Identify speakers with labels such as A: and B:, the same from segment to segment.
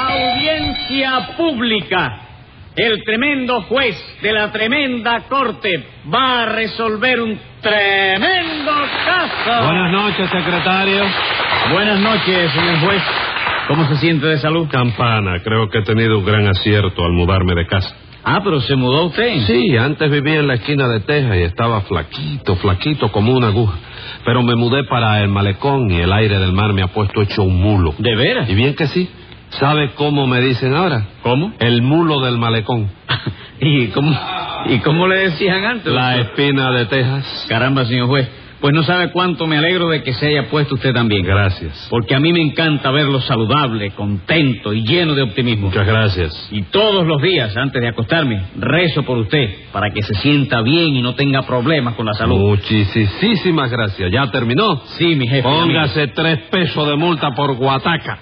A: Audiencia pública. El tremendo juez de la tremenda corte va a resolver un tremendo caso.
B: Buenas noches, secretario.
A: Buenas noches, señor juez. ¿Cómo se siente de salud?
B: Campana, creo que he tenido un gran acierto al mudarme de casa.
A: Ah, pero se mudó usted.
B: Sí, antes vivía en la esquina de Texas y estaba flaquito, flaquito como una aguja. Pero me mudé para el malecón y el aire del mar me ha puesto hecho un mulo.
A: ¿De veras?
B: Y bien que sí. ¿Sabe cómo me dicen ahora?
A: ¿Cómo?
B: El mulo del malecón.
A: ¿Y cómo, ¿Y cómo le decían antes?
B: La
A: doctor?
B: espina de Texas.
A: Caramba, señor juez. Pues no sabe cuánto me alegro de que se haya puesto usted también.
B: Gracias.
A: Porque a mí me encanta verlo saludable, contento y lleno de optimismo.
B: Muchas gracias.
A: Y todos los días, antes de acostarme, rezo por usted, para que se sienta bien y no tenga problemas con la salud.
B: Muchísimas gracias. ¿Ya terminó?
A: Sí, mi jefe. mi amigo.
B: Póngase tres pesos de multa por Guataca.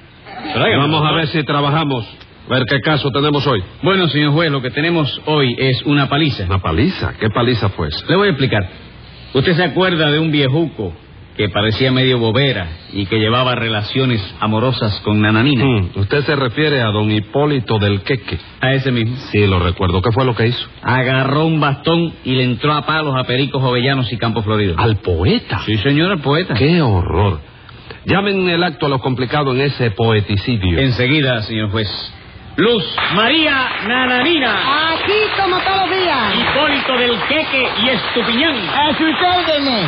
A: Pero oiga,
B: Vamos a ver si trabajamos. Ver qué caso tenemos hoy.
A: Bueno, señor juez, lo que tenemos hoy es una paliza.
B: Una paliza. ¿Qué paliza fue esa?
A: Le voy a explicar. ¿Usted se acuerda de un viejuco que parecía medio bobera y que llevaba relaciones amorosas con Nananina?
B: Mm, Usted se refiere a don Hipólito del Queque.
A: A ese mismo.
B: Sí, lo recuerdo. ¿Qué fue lo que hizo?
A: Agarró un bastón y le entró a palos a Pericos Jovellanos y Campos Floridos.
B: Al poeta.
A: Sí, señor, el poeta.
B: ¡Qué horror! Llamen el acto a lo complicado en ese poeticidio.
A: Enseguida, señor juez. Luz María Nananina,
C: Aquí como todos los días.
A: Hipólito del Queque y Estupiñán,
C: A sus órdenes.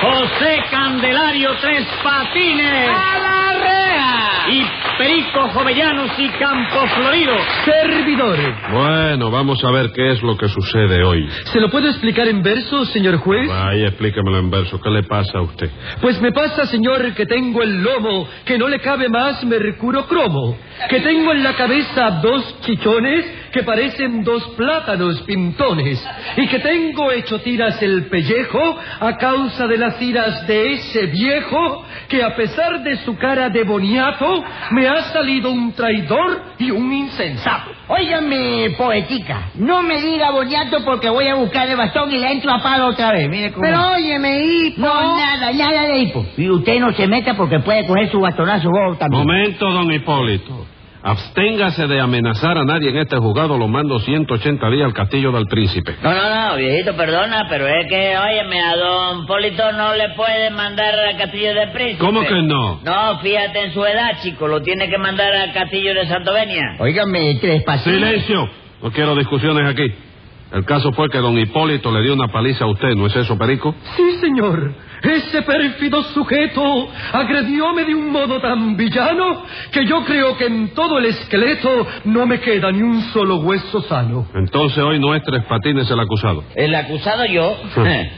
A: José Candelario Tres Patines
C: A la reja.
A: y Perico Jovellanos y Campos Floridos.
D: Servidores.
B: Bueno, vamos a ver qué es lo que sucede hoy.
D: ¿Se lo puedo explicar en verso, señor juez?
B: Vaya, explícamelo en verso. ¿Qué le pasa a usted?
D: Pues me pasa, señor, que tengo el lomo, que no le cabe más mercuro cromo, que tengo en la cabeza dos chichones que parecen dos plátanos pintones, y que tengo hecho tiras el pellejo a causa de las iras de ese viejo que a pesar de su cara de boniato me ha salido un traidor y un insensato.
C: Óigame, poetica, no me diga boniato porque voy a buscar el bastón y le entro a palo otra vez. Mire cómo...
E: Pero óyeme, hipo.
C: No, nada, nada de hipo. Y usted no se meta porque puede coger su bastonazo vos también.
B: Momento, don Hipólito. Absténgase de amenazar a nadie en este juzgado. Lo mando 180 días al castillo del príncipe.
F: No, no, no, viejito, perdona, pero es que, óyeme, a don Polito no le puede mandar al Castillo de Príncipe.
B: ¿Cómo que no?
F: No, fíjate en su edad, chico, lo tiene que mandar al Castillo de Santovenia.
C: Óigame, tres
B: Pues
C: patines.
B: Silencio. No quiero discusiones aquí. El caso fue que don Hipólito le dio una paliza a usted, ¿no es eso, Perico?
D: Sí, señor. Ese pérfido sujeto agredióme de un modo tan villano que yo creo que en todo el esqueleto no me queda ni un solo hueso sano.
B: Entonces hoy no es Tres Patines el acusado.
F: El acusado yo.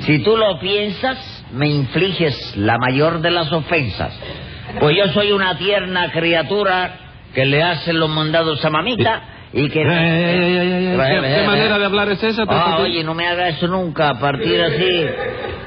F: si tú lo piensas, me infliges la mayor de las ofensas. Pues yo soy una tierna criatura que le hace los mandados a mamita y que...
B: Eh, eh, eh, eh, eh,
F: Eh,
B: ¿Qué,
F: eh,
B: qué
F: eh.
B: manera de hablar es esa? Pues, Tres
F: Ah,
B: Patines?
F: oye, no me haga eso nunca, partir así.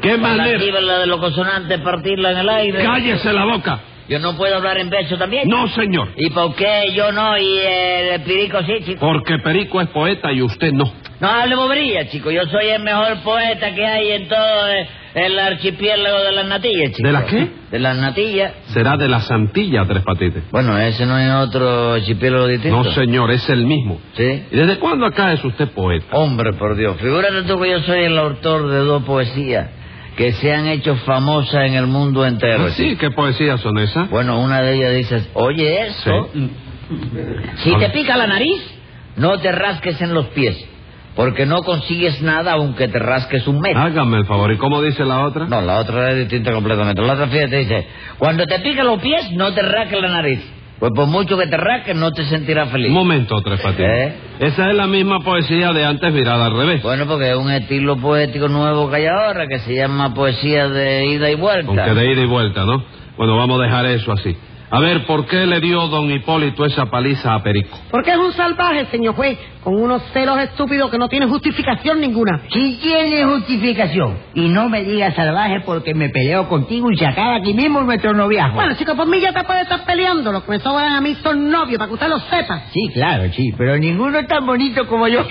B: ¿Qué manera?
F: Partir la de los consonantes, partirla en el aire.
B: ¡Cállese la boca!
F: Yo no puedo hablar en verso también.
B: No, señor.
F: ¿Y por qué yo no y eh, el pirico sí, chico?
B: Porque Perico es poeta y usted no.
F: No hable bobería, chico. Yo soy el mejor poeta que hay en todo eh, el archipiélago de las natillas, chico.
B: ¿De las qué?
F: De las natillas.
B: Será de la Santilla Tres Patines.
F: Bueno, ese no es otro archipiélago distinto.
B: No, señor, es el mismo.
F: ¿Sí?
B: ¿Y desde cuándo acá es usted poeta?
F: Hombre, por Dios, figúrate tú que yo soy el autor de dos poesías que se han hecho famosas en el mundo entero.
B: Ah, sí, ¿qué poesías son esas?
F: Bueno, una de ellas dice, oye eso, si te pica la nariz, no te rasques en los pies, porque no consigues nada aunque te rasques un metro.
B: Hágame el favor, ¿y cómo dice la otra?
F: No, la otra es distinta completamente. La otra, fíjate, dice, cuando te pica los pies, no te rasques la nariz, pues por mucho que te rasques, no te sentirás feliz.
B: Un momento, Tres Patines.
F: ¿Eh?
B: Esa es la misma poesía de antes virada al revés.
F: Bueno, porque es un estilo poético nuevo que hay ahora, que se llama poesía de ida y vuelta.
B: Aunque de ida y vuelta, ¿no? Bueno, vamos a dejar eso así. A ver, ¿por qué le dio don Hipólito esa paliza a Perico?
E: Porque es un salvaje, señor juez, con unos celos estúpidos que no tienen justificación ninguna.
C: Si tiene justificación y no me digas salvaje porque me peleo contigo y se acaba aquí mismo nuestro noviazgo.
E: Bueno, chicos, por mí ya te puedes estar peleando. Los que me sobran a mí son novios, para que usted lo sepa.
C: Sí, claro, sí, pero ninguno es tan bonito como yo.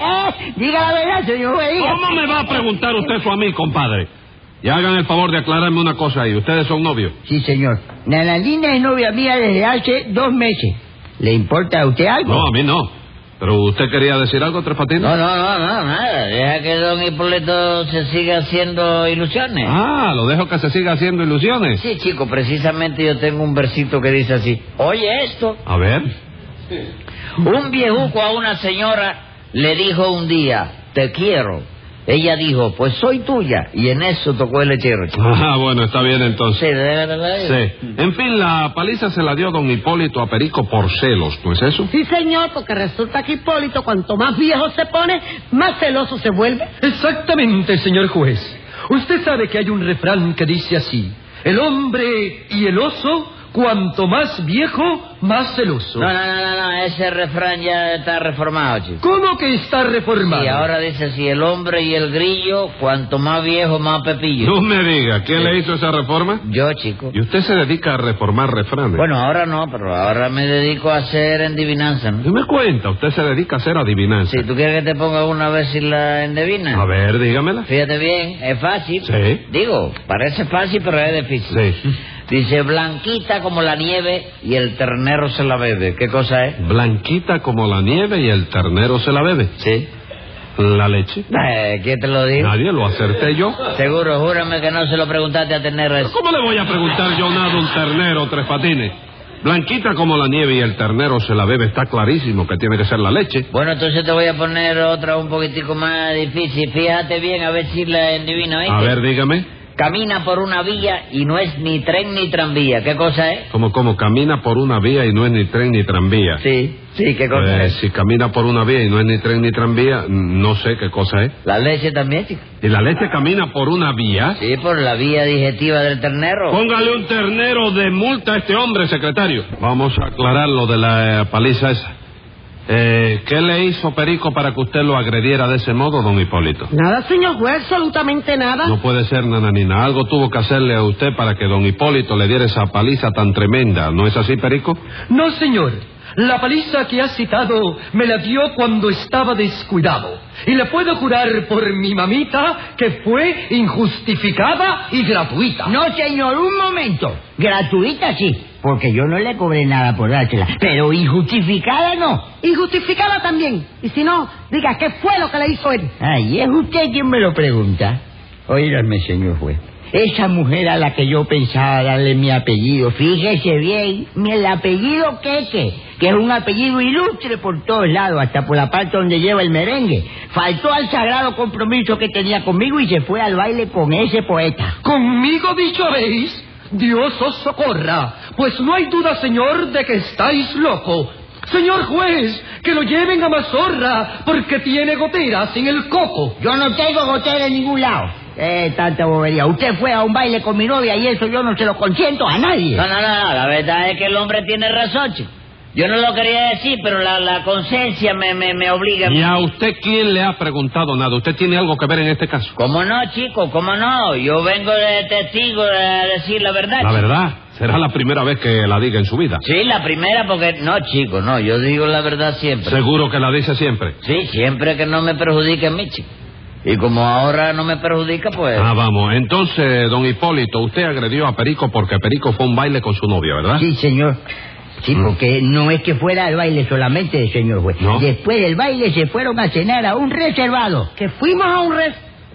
C: diga la verdad, señor juez. diga.
B: ¿Cómo me va a preguntar usted eso a mí, compadre? Y hagan el favor de aclararme una cosa ahí. ¿Ustedes son novios?
C: Sí, señor. Nananina es novia mía desde hace dos meses. ¿Le importa a usted algo?
B: No, a mí no. ¿Pero usted quería decir algo, Tres Patines?
F: No, no, no, no, nada. Deja que don Hipólito se siga haciendo ilusiones.
B: Ah, lo dejo que se siga haciendo ilusiones.
F: Sí, chico, precisamente yo tengo un versito que dice así. Oye esto.
B: A ver.
F: Un viejuco a una señora le dijo un día, te quiero. Ella dijo, pues soy tuya. Y en eso tocó el hechero, chico.
B: Ah, bueno, está bien
F: Sí,
B: entonces.
F: de verdad.
B: Sí. En fin, la paliza se la dio don Hipólito a Perico por celos, ¿no es eso?
E: Sí, señor, porque resulta que Hipólito, cuanto más viejo se pone, más celoso se vuelve.
D: Exactamente, señor juez. Usted sabe que hay un refrán que dice así: el hombre y el oso, cuanto más viejo, más celoso.
F: No, no, no, no, no, ese refrán ya está reformado, chico.
D: ¿Cómo que está reformado?
F: Y ahora dice, si el hombre y el grillo, cuanto más viejo, más pepillo.
B: No me diga, ¿quién le hizo esa reforma?
F: Yo, chico.
B: Y usted se dedica a reformar refranes.
F: Bueno, ahora no, pero ahora me dedico a hacer endivinanza, ¿no?
B: Dime cuenta, usted se dedica a hacer adivinanza.
F: Si tú quieres que te ponga una vez si la endevinas.
B: A ver, dígamela.
F: Fíjate bien, es fácil.
B: Sí.
F: Digo, parece fácil, pero es difícil.
B: Sí.
F: Dice, blanquita como la nieve y el ternero se la bebe. ¿Qué cosa es?
B: Blanquita como la nieve y el ternero se la bebe.
F: Sí.
B: La leche.
F: Eh, ¿Quién te lo dijo?
B: Nadie lo acerté yo.
F: Seguro, júrame que no se lo preguntaste a tener
B: ¿Pero
F: eso.
B: ¿Cómo le voy a preguntar yo nada a un ternero, tres patines? Blanquita como la nieve y el ternero se la bebe, está clarísimo que tiene que ser la leche.
F: Bueno, entonces te voy a poner otra un poquitico más difícil. Fíjate bien a ver si la endivino, ¿eh?
B: A ver, dígame.
F: Camina por una vía y no es ni tren ni tranvía. ¿Qué cosa es?
B: Como, como camina por una vía y no es ni tren ni tranvía.
F: Sí, sí, ¿qué cosa
B: Eh,
F: es?
B: si camina por una vía y no es ni tren ni tranvía, no sé qué cosa es.
F: La leche también, chico.
B: ¿Y la leche camina por una vía?
F: Sí, por la vía digestiva del ternero.
B: Póngale un ternero de multa a este hombre, secretario. Vamos a aclarar lo de la eh, paliza esa. Eh, ¿Qué le hizo Perico para que usted lo agrediera de ese modo, don Hipólito?
E: Nada, señor juez, absolutamente nada.
B: No puede ser, nananina. Algo tuvo que hacerle a usted para que don Hipólito le diera esa paliza tan tremenda. ¿No es así, Perico?
D: No, señor. La paliza que ha citado me la dio cuando estaba descuidado. Y le puedo jurar por mi mamita que fue injustificada y gratuita.
C: No, señor, un momento. Gratuita sí, porque yo no le cobré nada por dársela. Pero injustificada no.
E: Y justificada también. Y si no, diga, ¿qué fue lo que le hizo él?
C: Ay, es usted quien me lo pregunta. Oígame, señor juez. Esa mujer a la que yo pensaba darle mi apellido, fíjese bien, mi el apellido Queque, que es un apellido ilustre por todos lados, hasta por la parte donde lleva el merengue, faltó al sagrado compromiso que tenía conmigo y se fue al baile con ese poeta.
D: Conmigo dicho habéis, Dios os socorra, pues no hay duda, señor, de que estáis loco. Señor juez, que lo lleven a Mazorra, porque tiene goteras en el coco.
C: Yo no tengo gotera en ningún lado. Eh, tanta bobería. Usted fue a un baile con mi novia y eso yo no se lo consiento a nadie.
F: No, no, no, no, la verdad es que el hombre tiene razón, chico. Yo no lo quería decir, pero la, la conciencia me, me, me obliga.
B: ¿Y a usted quién le ha preguntado nada? ¿Usted tiene algo que ver en este caso?
F: ¿Cómo no, chico? ¿Cómo no? Yo vengo de testigo a decir la verdad.
B: La
F: chico.
B: verdad, será la primera vez que la diga en su vida.
F: Sí, la primera porque... No, chico, no, yo digo la verdad siempre.
B: Seguro que la dice siempre.
F: Sí, siempre que no me perjudique a mí, chico. Y como ahora no me perjudica, pues...
B: Ah, vamos. Entonces, don Hipólito, usted agredió a Perico porque Perico fue a un baile con su novia, ¿verdad?
C: Sí, señor. Sí, porque no es que fuera al baile solamente, señor juez.
B: No.
C: Después del baile se fueron a cenar a un reservado.
E: Que fuimos a un res...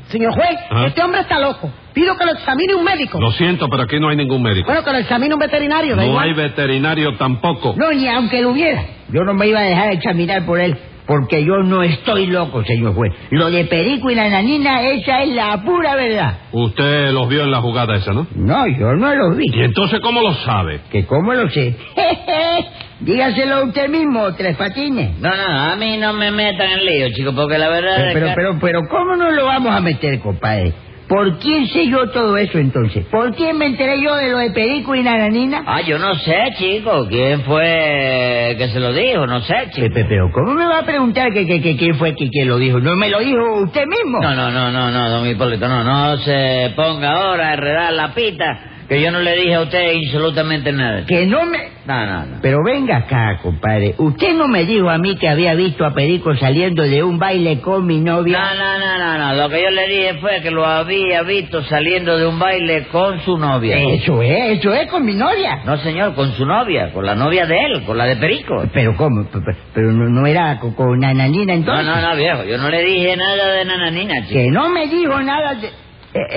E: Señor juez,
B: Ah.
E: este hombre está loco. Pido que lo examine un médico.
B: Lo siento, pero aquí no hay ningún médico.
E: Bueno, que lo examine un veterinario. da
B: No
E: igual.
B: hay veterinario tampoco.
C: No, ni aunque lo hubiera. Yo no me iba a dejar examinar por él, porque yo no estoy loco, señor juez. Lo de Perico y la nanina, esa es la pura verdad.
B: Usted los vio en la jugada esa, ¿no?
C: No, yo no lo vi.
B: ¿Y entonces cómo lo sabe?
C: ¿Que cómo lo sé? Dígaselo usted mismo, Tres Patines.
F: No, no, a mí no me metan en lío, chico, porque la verdad
C: Pero,
F: es
C: pero,
F: que...
C: pero, pero, ¿cómo no lo vamos a meter, compadre? ¿Por quién sé yo todo eso entonces? ¿Por quién me enteré yo de lo de Perico y Nananina?
F: Ah, yo no sé, chico, quién fue que se lo dijo, no sé, chico.
C: Pe- pe- Pero, ¿cómo me va a preguntar que, que, que quién fue que, que lo dijo? ¿No me lo dijo usted mismo?
F: No, no, no, no, no, don Hipólito, no, no se ponga ahora a enredar la pita, que yo no le dije a usted absolutamente nada.
C: Que no me...
F: No, no, no.
C: Pero venga acá, compadre. Usted no me dijo a mí que había visto a Perico saliendo de un baile con mi novia.
F: No, no, no, no, no. Lo que yo le dije fue que lo había visto saliendo de un baile con su novia.
C: Eso es, eso es con mi novia.
F: No, señor, con su novia, con la novia de él, con la de Perico.
C: Pero ¿cómo? P- p- Pero no, no era co- con, Nananina
F: No,
C: entonces.
F: no, no, viejo. Yo no le dije nada de nananina, chico.
C: Que no me dijo nada de... Eh,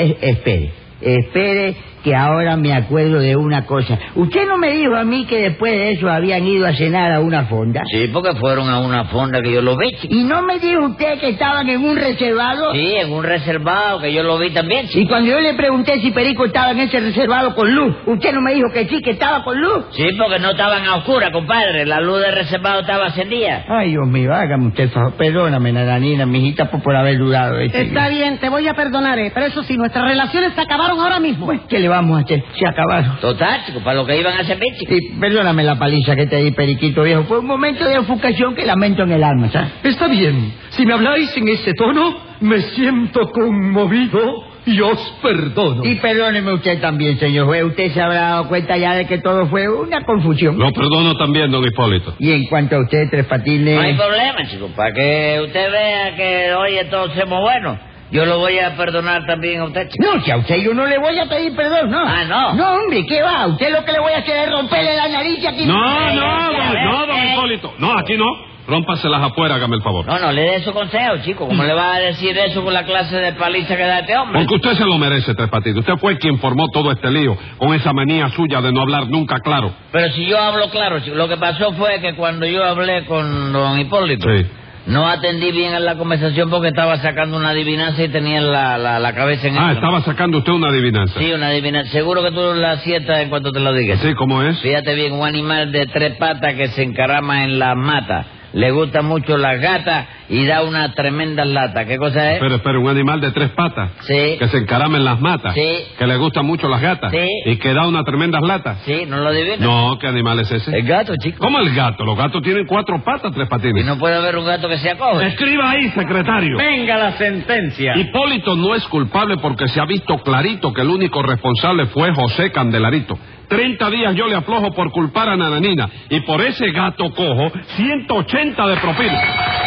C: eh, espere, espere que ahora me acuerdo de una cosa. Usted no me dijo a mí que después de eso habían ido a cenar a una fonda.
F: Sí, porque fueron a una fonda que yo lo vi, chico.
C: Y no me dijo usted que estaban en un reservado.
F: Sí, en un reservado que yo lo vi también,
C: Y
F: chico.
C: cuando yo le pregunté si Perico estaba en ese reservado con luz, usted no me dijo que sí, que estaba con luz.
F: Sí, porque no estaban a oscura, compadre. La luz del reservado estaba encendida.
C: Ay, Dios mío, hágame usted el favor. Perdóname, Nananina, mijita, por, por haber dudado. ¿eh?
E: Está bien, te voy a perdonar, eh, pero eso sí, nuestras relaciones se acabaron ahora mismo.
C: Pues, ¿qué le vamos a hacer? Se acabaron.
F: Total, chico, para lo que iban a servir, chico.
C: Y perdóname la paliza que te di, Periquito viejo. Fue un momento de ofuscación que lamento en el alma, ¿sabes?
D: Está bien. Si me habláis en ese tono, me siento conmovido y os perdono.
C: Y perdóneme usted también, señor juez. Usted se habrá dado cuenta ya de que todo fue una confusión.
B: Lo perdono también, don Hipólito.
C: Y en cuanto a usted, Tres Patines...
F: No hay problema, chico. Para que usted vea que, oye, todos somos buenos, yo lo voy a perdonar también a usted, chico.
C: No, si a usted yo no le voy a pedir perdón, no.
F: Ah, no.
C: No, hombre, ¿qué va? Usted lo que le voy a hacer es romperle la nariz y aquí... Eh,
B: No, no, don, no, don Hipólito. No, aquí no. Rómpaselas afuera, hágame el favor.
F: No, no, le dé su consejo, chico. ¿Cómo le va a decir eso con la clase de paliza que da este hombre?
B: Porque usted se lo merece, Tres Patines. Usted fue quien formó todo este lío con esa manía suya de no hablar nunca claro.
F: Pero si yo hablo claro, chico, lo que pasó fue que cuando yo hablé con don Hipólito,
B: Sí.
F: no atendí bien a la conversación porque estaba sacando una adivinanza y tenía la, la, la cabeza en
B: Ah,
F: eso.
B: estaba sacando usted una adivinanza.
F: Sí, una adivinanza. Seguro que tú la aciertas en cuanto te lo digas.
B: Sí, ¿cómo es?
F: Fíjate bien, un animal de tres patas que se encarama en la mata. Le gusta mucho la gata y da una tremenda lata. ¿Qué cosa es?
B: Pero, espera, un animal de tres patas.
F: Sí,
B: Que se encarama en las matas.
F: Sí.
B: Que le gustan mucho las gatas.
F: Sí.
B: Y que da unas tremendas latas.
F: sí, Eh, no lo adivinas.
B: No, ¿qué animal es ese?
F: El gato, chico.
B: ¿Cómo el gato? Los gatos tienen cuatro patas, Tres
F: Y
B: Patines.
F: no puede haber un gato que se acoge.
B: Escriba ahí, secretario.
A: Venga la sentencia.
B: Hipólito no es culpable porque se ha visto clarito que el único responsable fue José Candelarito. Treinta días yo le aflojo por culpar a Nananina y por ese gato cojo, 180 de propina.